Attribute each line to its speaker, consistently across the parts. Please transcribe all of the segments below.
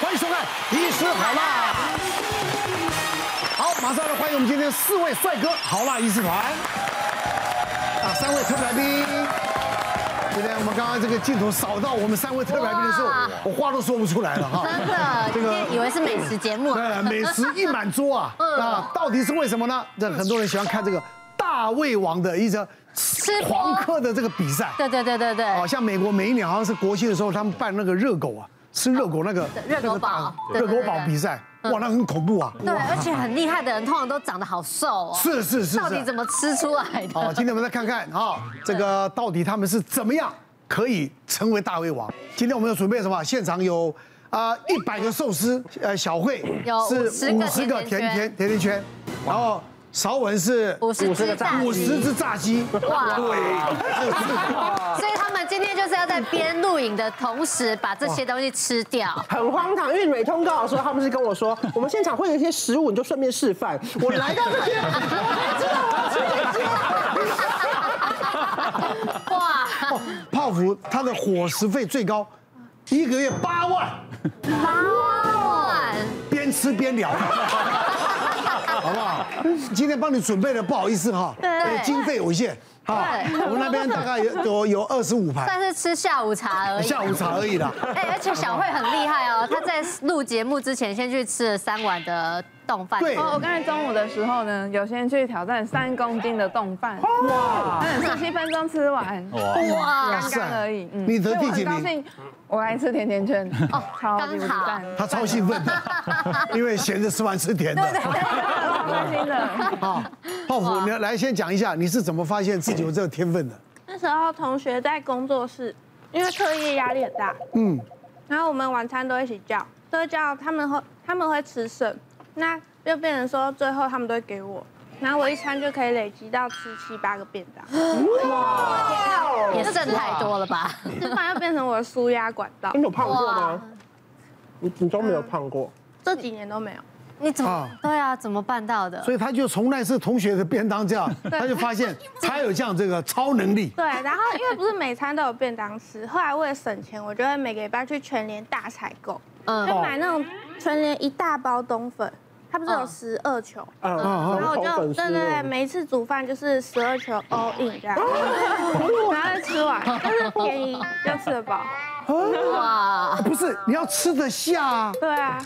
Speaker 1: 欢迎收看《医师好辣》。好，马上来欢迎我们今天四位帅哥好辣医师团，啊，三位特别来宾。今天我们刚刚这个镜头扫到我们三位特别来宾的时候
Speaker 2: 哇，
Speaker 1: 我话都说不出来了哈。
Speaker 2: 真的，今天嗯以为是美食节目啊，
Speaker 1: 对，美食一满桌啊，那到底是为什么呢？这很多人喜欢看这个大胃王的一个
Speaker 2: 吃播
Speaker 1: 狂客的这个比赛。
Speaker 2: 对对对对对，
Speaker 1: 好像美国每一年好像是国庆的时候，他们办那个热狗啊，吃热狗那个
Speaker 2: 对热狗
Speaker 1: 那个大
Speaker 2: 堡对
Speaker 1: 热
Speaker 2: 对
Speaker 1: 狗
Speaker 2: 对
Speaker 1: 堡
Speaker 2: 对嗯
Speaker 1: 比赛，哇，那很恐怖啊！
Speaker 2: 对，而且很厉害的人通常都长得好瘦哦，
Speaker 1: 是是是哦
Speaker 2: 到底
Speaker 1: 是
Speaker 2: 怎。么吃出来的？
Speaker 1: 好，今天我们来看看啊，这个到底他们是怎么样可以成为大胃王？今天我们有准备什么？现场有啊一百个寿司，呃，小慧
Speaker 2: 有
Speaker 1: 是五十
Speaker 2: 50
Speaker 1: 个
Speaker 2: 个
Speaker 1: 甜
Speaker 2: 甜
Speaker 1: 甜甜甜圈，然后韶文是
Speaker 2: 50只炸鸡
Speaker 1: 五十只炸鸡，
Speaker 2: 哇，对， 所以他们今天就是要在边录影的同时把这些东西吃掉。
Speaker 3: 很荒唐，因为美通告我说他们是跟我说，我们现场会有一些食物，你就顺便示 范。我来到这些，
Speaker 2: 哇，
Speaker 1: 哦，泡芙它的伙食费最高，一个月八万，
Speaker 2: 哇，
Speaker 1: 边吃边 聊，好不好？今天帮你准备的，不好意思哈，
Speaker 2: 对
Speaker 1: 经费有限啊
Speaker 2: 对，
Speaker 1: 我们那边大概有有有二十五盘
Speaker 2: 算是吃下午茶而已。
Speaker 1: 下午茶而已啦。
Speaker 2: 哎，而且小慧很厉害哦，她在录节目之前先去吃了三碗的冻饭。
Speaker 1: 对
Speaker 4: 哦，我刚才中午的时候呢，有先去挑战三公斤的冻饭，哇，但是七分钟吃完，
Speaker 2: 哇，
Speaker 4: 刚刚而已。嗯
Speaker 1: 你得
Speaker 4: 所以
Speaker 1: 第几
Speaker 4: 我很高
Speaker 1: 名
Speaker 4: 兴，我来吃甜甜圈，哦，超级无敌
Speaker 2: 刚好
Speaker 4: 赞，
Speaker 1: 他超兴奋 的，因为闲着吃完吃甜的
Speaker 4: 超开心的。
Speaker 1: 啊。泡芙，你来先讲一下，你是怎么发现自己有这个天分的？
Speaker 5: 那时候同学在工作室，因为课业压力很大，
Speaker 1: 嗯，
Speaker 5: 然后我们晚餐都一起叫，都会叫他们会他们会吃剩，那就变成说最后他们都会给我，然后我一餐就可以累积到吃七八个便当，
Speaker 2: 也剩太多了吧？
Speaker 5: 吃饭又变成我的舒压管 道
Speaker 3: 你，有胖过吗？你你都没有胖过，
Speaker 5: 这几年都没有。
Speaker 2: 你怎么
Speaker 1: 啊？
Speaker 2: 对啊，怎么办到的？
Speaker 1: 所以他就从那次同学的便当这样，他就发现他有这样这个超能力。
Speaker 5: 对，然后因为不是每餐都有便当吃，后来为了省钱，我就会每个礼拜去全联大采购，
Speaker 2: 嗯，
Speaker 5: 就买那种全联一大包冬粉，它不是有
Speaker 2: 嗯
Speaker 5: 十二球。
Speaker 3: 嗯，
Speaker 5: 然后我
Speaker 3: 红
Speaker 5: 就
Speaker 3: 粉丝哦
Speaker 5: 对对
Speaker 1: 哦
Speaker 5: 对，每一次煮饭就是十二球 all in 这
Speaker 1: 啊
Speaker 5: 样， 然后就吃完，但是便宜又吃得饱，
Speaker 2: 哇，
Speaker 1: 啊不是，你要吃得下啊。
Speaker 5: 对啊，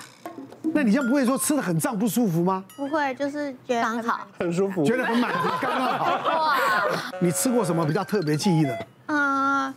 Speaker 1: 那你这样不会说吃的很胀不舒服吗？
Speaker 5: 不会就是觉得
Speaker 2: 刚
Speaker 5: 很
Speaker 2: 好。
Speaker 3: 很舒服。
Speaker 1: 觉得很满足，刚刚好。
Speaker 2: 哇，
Speaker 1: 你吃过什么比较特别记忆的？
Speaker 5: 嗯，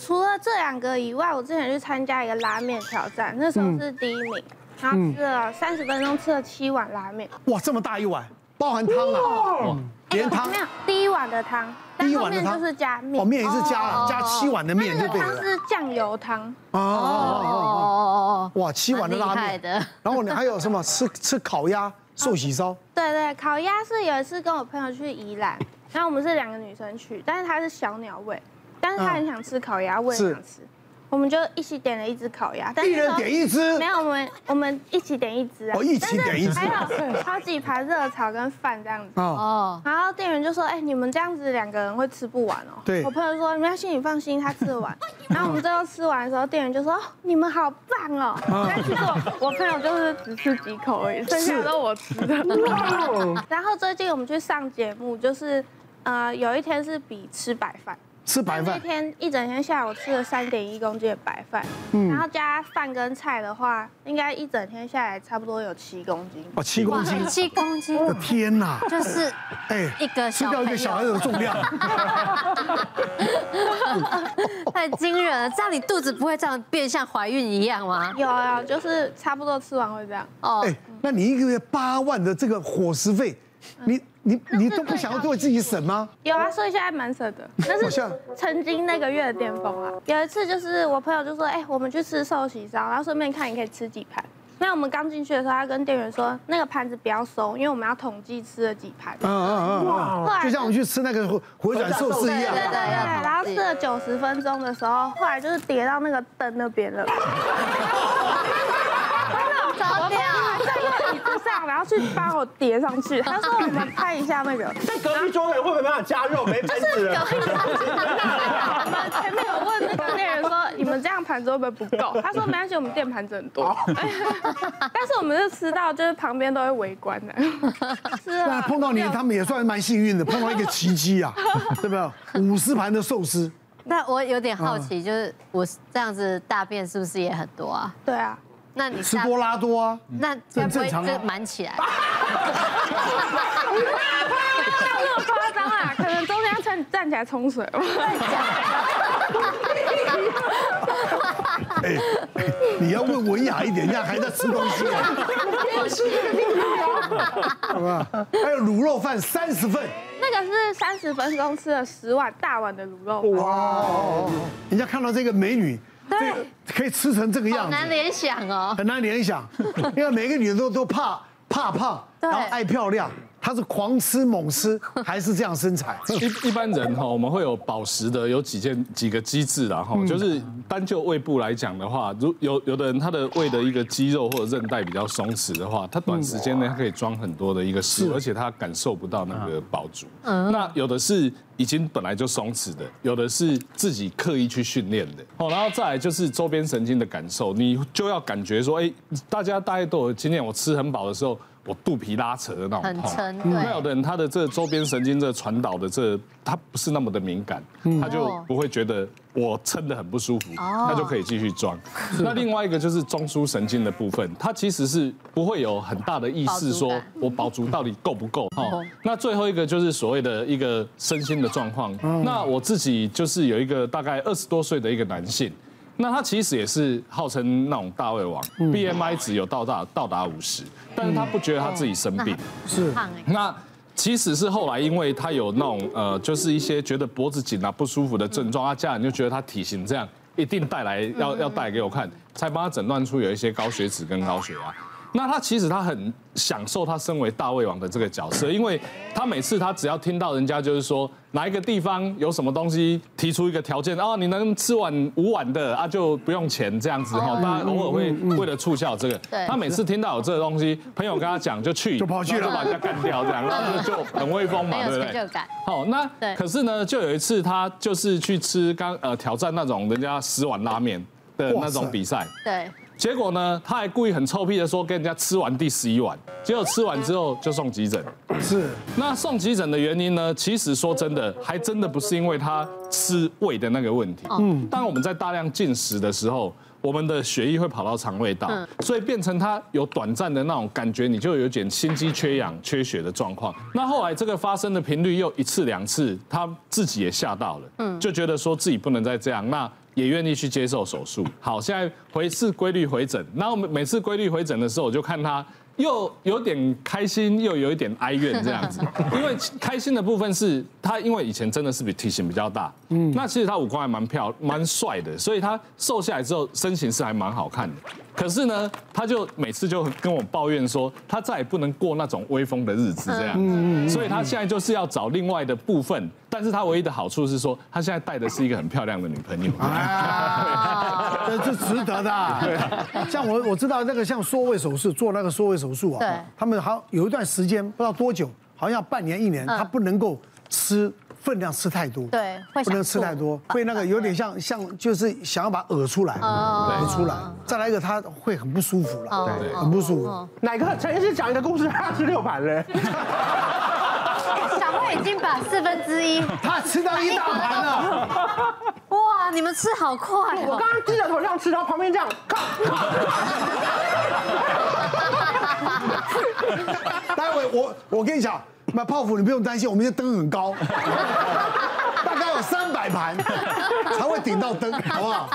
Speaker 5: 除了这两个以外，我之前去参加一个拉面挑战，那时
Speaker 1: 嗯
Speaker 5: 候是第一名，然后吃了三十分钟，吃了七碗拉面，
Speaker 1: 哇，这么大一碗，包含汤啊，嗯连汤
Speaker 5: 没有第一碗的汤，
Speaker 1: 第
Speaker 5: 但
Speaker 1: 一
Speaker 5: 后
Speaker 1: 碗的
Speaker 5: 面
Speaker 1: 汤
Speaker 5: 就是加
Speaker 1: 哦，
Speaker 5: 面，
Speaker 1: 面也是加了，加七碗的面
Speaker 5: 那
Speaker 1: 就
Speaker 5: 个
Speaker 1: 对
Speaker 5: 汤
Speaker 1: 了。
Speaker 5: 是酱油汤，
Speaker 1: 哦
Speaker 2: 哦
Speaker 1: 哦哦
Speaker 2: 哦哦
Speaker 1: 哦，哇，七碗的拉
Speaker 2: 蛮厉害
Speaker 1: 面
Speaker 2: 的。
Speaker 1: 然后你还有什么吃吃烤鸭、寿喜 烧？
Speaker 5: 对对，烤鸭是有一次跟我朋友去宜兰，
Speaker 1: 嗯
Speaker 5: 然后我们是两个女生去，但是她是小鸟胃，但是她很想吃烤鸭，我也
Speaker 1: 是
Speaker 5: 想吃，我们就一起点了一只烤鸭，但
Speaker 1: 一
Speaker 5: 是
Speaker 1: 人点一只
Speaker 5: 没。有，我们我们一起点一只啊，
Speaker 1: 哦一起点一只
Speaker 5: 但是还有好几盘热炒跟饭这样子。
Speaker 2: 哦
Speaker 1: 啊，
Speaker 2: 哦。
Speaker 5: 然后店员就说：“哎、你们这样子两个人会吃不完哦。”
Speaker 1: 对
Speaker 5: 我朋友说：“没关系，你放心，他吃得 完。”然后我们最后吃完的时候，店员就说：“哦，你们好 棒哦！”
Speaker 1: 啊
Speaker 5: 但其实我我朋友就是只吃几口而已，剩下都我吃的。 哦 然后最近我们去上节目，就是呃有一天是比吃白饭，
Speaker 1: 吃白
Speaker 5: 那
Speaker 1: 饭
Speaker 5: 天一整天下午吃了三点一公斤的白饭，
Speaker 1: 嗯
Speaker 5: 然后加饭跟菜的话，应该一整天下来差不多有七公斤。
Speaker 1: 哦，七公斤。
Speaker 2: 七公斤
Speaker 1: 我的天哪，
Speaker 2: 就是
Speaker 1: 哎，
Speaker 2: 一个
Speaker 1: 吃
Speaker 2: 小
Speaker 1: 掉一个
Speaker 2: 朋
Speaker 1: 小
Speaker 2: 友，
Speaker 1: 孩子的重量。
Speaker 2: 太惊人了！这样你肚子不会这样变像怀孕一样吗？
Speaker 5: 有啊，就是差不多吃完会这样。
Speaker 2: 哦，
Speaker 1: 哎，那你一个月八万的这个伙食费，你你你都不想要为自己省吗？
Speaker 5: 有啊，所以现在蛮省 的，但
Speaker 1: 好像
Speaker 5: 是曾经那个月的巅峰啊。有一次就是我朋友就说，哎、我们去吃寿喜烧，然后顺便看你可以吃几盘。那我们刚进去的时候，他跟店员说那个盘子不要收，因为我们要统计吃了几盘。
Speaker 1: 嗯嗯嗯嗯，就像我们去吃那个回回转寿司一样。
Speaker 2: 对对要统计
Speaker 5: 然后吃了九十分钟的时候，后来就是跌到那个灯那边了，
Speaker 2: 糟掉！
Speaker 5: 在那椅子上，然后要去帮我叠上去。他说我们拍一下那个，
Speaker 3: 但隔壁桌的人会不会没办法加肉？没盆子了。
Speaker 5: 我们前面有问那个店员说，你们这样盘子会不会不够？他说没关系，我们店盘子很多。但是我们是吃到，就是旁边都会围观的。吃
Speaker 1: 那
Speaker 5: 了
Speaker 1: 碰到你，他们也算蛮幸 运的，碰到一个奇迹啊，对不对？五十盘的寿司，
Speaker 2: 那我有点好奇，就是我这样子大便是不是也很多啊？
Speaker 5: 对啊，
Speaker 2: 那你
Speaker 1: 吃
Speaker 2: 大
Speaker 1: 多拉多啊，
Speaker 2: 那该不
Speaker 1: 这很正
Speaker 2: 会
Speaker 1: 常啊
Speaker 2: 这满起来？
Speaker 5: 这么夸张啊？可能中间要站站起来冲水哦吧。
Speaker 1: 哎，你要问文雅一点，人家还在吃东西啊， 好不好？还有卤肉饭三十份，
Speaker 5: 那个是三十分钟吃了十碗大碗的卤肉饭。
Speaker 1: 人家看到这个美女，对，可以吃成这个
Speaker 2: 好
Speaker 1: 样子，
Speaker 2: 难联想哦。
Speaker 1: 很难联想，因为每个女的都都怕怕胖，
Speaker 2: 对
Speaker 1: 然后爱漂亮，她是狂吃猛吃，还是这样身材？
Speaker 6: 一一般人哈，我们会有保食的有几件几个机制啦
Speaker 2: 嗯
Speaker 6: 哈，就是单就胃部来讲的话，如有有的人他的胃的一个肌肉或者韧带比较松弛的话，他短时间内他可以装很多的一个食物，而且他感受不到那个
Speaker 2: 嗯
Speaker 6: 饱足。那有的是已经本来就松弛的，有的是自己刻意去训练的哦，然后再来就是周边神经的感受，你就要感觉说，哎，大家大概都有经验，我吃很饱的时候。我肚皮拉扯的那种
Speaker 2: 很
Speaker 6: 痛
Speaker 2: 撑，对
Speaker 6: 那有的人他的这周边神经这传导的这，他不是那么的敏感，他就不会觉得我撑得很不舒服，
Speaker 2: 嗯哦
Speaker 6: 他就可以继续装。那另外一个就是中枢神经的部分，它其实是不会有很大的意识
Speaker 2: 饱足
Speaker 6: 说
Speaker 2: 感嗯
Speaker 6: 我饱足到底够不够哦。那最后一个就是所谓的一个身心的状况。
Speaker 2: 嗯
Speaker 6: 那我自己就是有一个大概二十多岁的一个男性。那他其实也是号称那种大胃王，BMI
Speaker 2: 嗯
Speaker 6: 值有到达到达五十，但是他不觉得他自己生病，
Speaker 1: 是
Speaker 2: 胖哎，
Speaker 6: 那其实是后来，因为他有那种呃，就是一些觉得脖子紧啊不舒服的症状，啊他家人就觉得他体型这样，一定带来要要带给我看，才帮他诊断出有一些高血脂跟高血压。那他其实他很享受他身为大胃王的这个角色，因为他每次他只要听到人家就是说哪一个地方有什么东西，提出一个条件，哦，你能吃完五碗的啊，就不用钱这样子哈。大家偶尔会为了促销这个
Speaker 2: 对，
Speaker 6: 他每次听到有这个东西，朋友跟他讲就去，
Speaker 1: 就跑去了
Speaker 6: 然后就把人家干掉这样，然后就很威风嘛，
Speaker 2: 很
Speaker 6: 对
Speaker 2: 有
Speaker 6: 不
Speaker 2: 成
Speaker 6: 对
Speaker 2: 就？感。
Speaker 6: 好，那
Speaker 2: 对
Speaker 6: 可是呢，就有一次他就是去吃刚呃挑战那种人家十碗拉面的那
Speaker 1: 哇
Speaker 6: 种
Speaker 1: 塞
Speaker 6: 比赛，
Speaker 2: 对，
Speaker 6: 结果呢，他还故意很臭屁的说跟人家吃完第十一碗，结果吃完之后就送急诊。
Speaker 1: 是
Speaker 6: 那送急诊的原因呢？其实说真的，还真的不是因为他吃胃的那个问题。嗯，当我们在大量进食的时候，我们的血液会跑到肠胃道，所以变成他有短暂的那种感觉，你就有点心肌缺氧、缺血的状况。那后来这个发生的频率又一次两次，他自己也吓到了，嗯，就觉得说自己不能再这样。那也愿意去接受手术。好，现在回次规律回诊，然后我们每次规律回诊的时候，我就看他又有点开心，又有一点哀怨这样子。因为开心的部分是他，因为以前真的是比体型比较大，嗯，那其实他五官还蛮漂蛮帅的，所以他瘦下来之后身形是还蛮好看的。可是呢，他就每次就跟我抱怨说，他再也不能过那种威风的日子这样子，所以他现在就是要找另外的部分，但是他唯一的好处是说，他现在带的是一个很漂亮的女朋友。
Speaker 1: 啊，这是值得的啊。像我我知道那个像缩胃手术做那个缩胃手术
Speaker 2: 对
Speaker 1: 啊，他们好有一段时间不知道多久，好像半年一年，他不能够吃分量吃太多，
Speaker 2: 嗯对会
Speaker 1: 不能吃
Speaker 2: 想
Speaker 1: 太多，
Speaker 2: 吐
Speaker 1: 会那个有点像像就是想要把恶出来，
Speaker 2: 哦哦
Speaker 1: 呕出来。再来一个他会很不舒服了，
Speaker 6: 对
Speaker 1: 很不舒服。
Speaker 3: 哪个陈医师讲一个故事，他吃六盘 嘞？
Speaker 2: 小慧已经把四分之一，
Speaker 1: 他吃到一大盘了，
Speaker 2: 哇，你们吃好快
Speaker 3: 我
Speaker 2: 哦！
Speaker 3: 刚刚低着头这样吃，然后旁边这样，
Speaker 1: 待会我我跟你讲，那泡芙你不用担心，我们这灯很 高，大概有三百 盘才会顶到灯，好不好？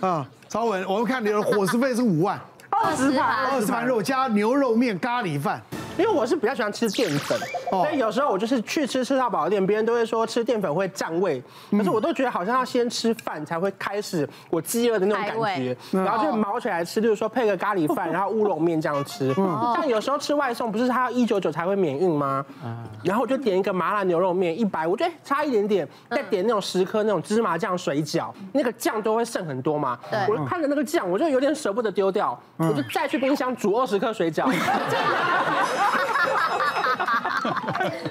Speaker 1: 啊，超文，我们看你的伙食费是五万，
Speaker 3: 二十盘，
Speaker 1: 二十盘肉加牛肉面咖喱饭，
Speaker 3: 因为我是比较喜欢吃淀粉，
Speaker 1: 哦
Speaker 3: 所以有时候我就是去吃吃到饱的店，别人都会说吃淀粉会占胃，可是我都觉得好像要先吃饭才会开始我饥饿的那种感
Speaker 2: 开
Speaker 3: 觉
Speaker 2: 胃，
Speaker 3: 然后就毛起来吃，就是说配个咖喱饭，然后乌龙面这样吃。像有时候吃外送，不是它一九九才会免运吗？然后我就点一个麻辣牛肉面一百，我觉得哎差一点点，再点那种十颗那种芝麻酱水饺，那个酱都会剩很多嘛。
Speaker 2: 对
Speaker 3: 我就看着那个酱，我就有点舍不得丢掉，我就再去冰箱煮二十颗水饺。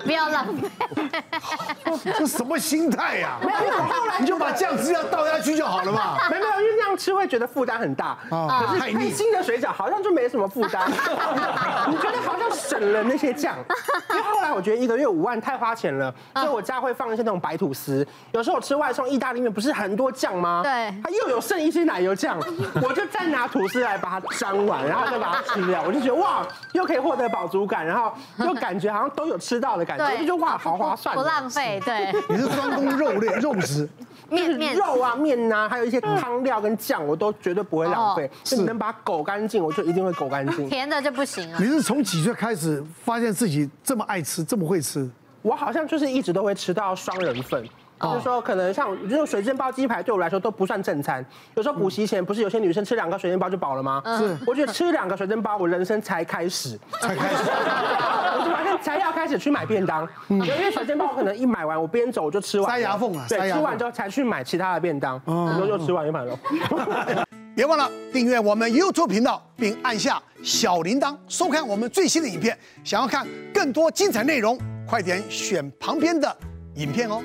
Speaker 2: 不要浪费。
Speaker 1: 这什么心态 呀、你就把酱汁要倒下去就好了 嘛。
Speaker 3: 没有没有，因为那样吃会觉得负担很大。
Speaker 1: 哦
Speaker 3: 可是
Speaker 1: 太腻
Speaker 3: 配新的水饺好像就没什么负担，你觉得好像省了那些酱。因为后来我觉得一个月五万太花钱了，所以我家会放一些那种白吐司。有时候我吃外送意大利面不是很多酱吗？
Speaker 2: 对
Speaker 3: 它又有剩一些奶 油酱，我就再拿吐司来把它沾完，然后再把它吃掉。我就觉得哇，又可以获得饱足感，然后又感觉好像都有吃到的感觉，我就觉得哇，好划算哦
Speaker 2: 不。浪费。对，
Speaker 1: 你是专攻肉类肉食，
Speaker 2: 面面嗯
Speaker 3: 肉啊、面啊，还有一些汤料跟酱，我都绝对不会浪费
Speaker 2: 哦。
Speaker 3: 就你能把它狗干净，我就一定会狗干 净。
Speaker 2: 甜的就不行了
Speaker 1: 你。是从几岁开始发现自己这么爱吃，这么会吃？
Speaker 3: 我好像就是一直都会吃到双人份。
Speaker 2: 哦
Speaker 3: 就是说，可能像这种水煎包、鸡排，对我来说都不算正餐。有时候
Speaker 2: 嗯
Speaker 3: 补习前，不是有些女生吃两个水煎包就饱了吗？是，我觉得吃两个水煎包，我人生才开始。
Speaker 1: 才开始，
Speaker 3: 我就马上材料开始去买便当，
Speaker 2: 嗯
Speaker 3: 因为水煎包我可能一买完，我边走我就吃完了，
Speaker 1: 塞牙缝啊塞
Speaker 3: 对，
Speaker 1: 牙
Speaker 3: 吃
Speaker 1: 缝哦
Speaker 3: 完之后才去买其他的便当，然后就吃完一盘肉。
Speaker 1: 别忘了订阅我们 YouTube 频道，并按下小铃铛，收看我们最新的影片。想要看更多精彩内容，快点选旁边的影片哦。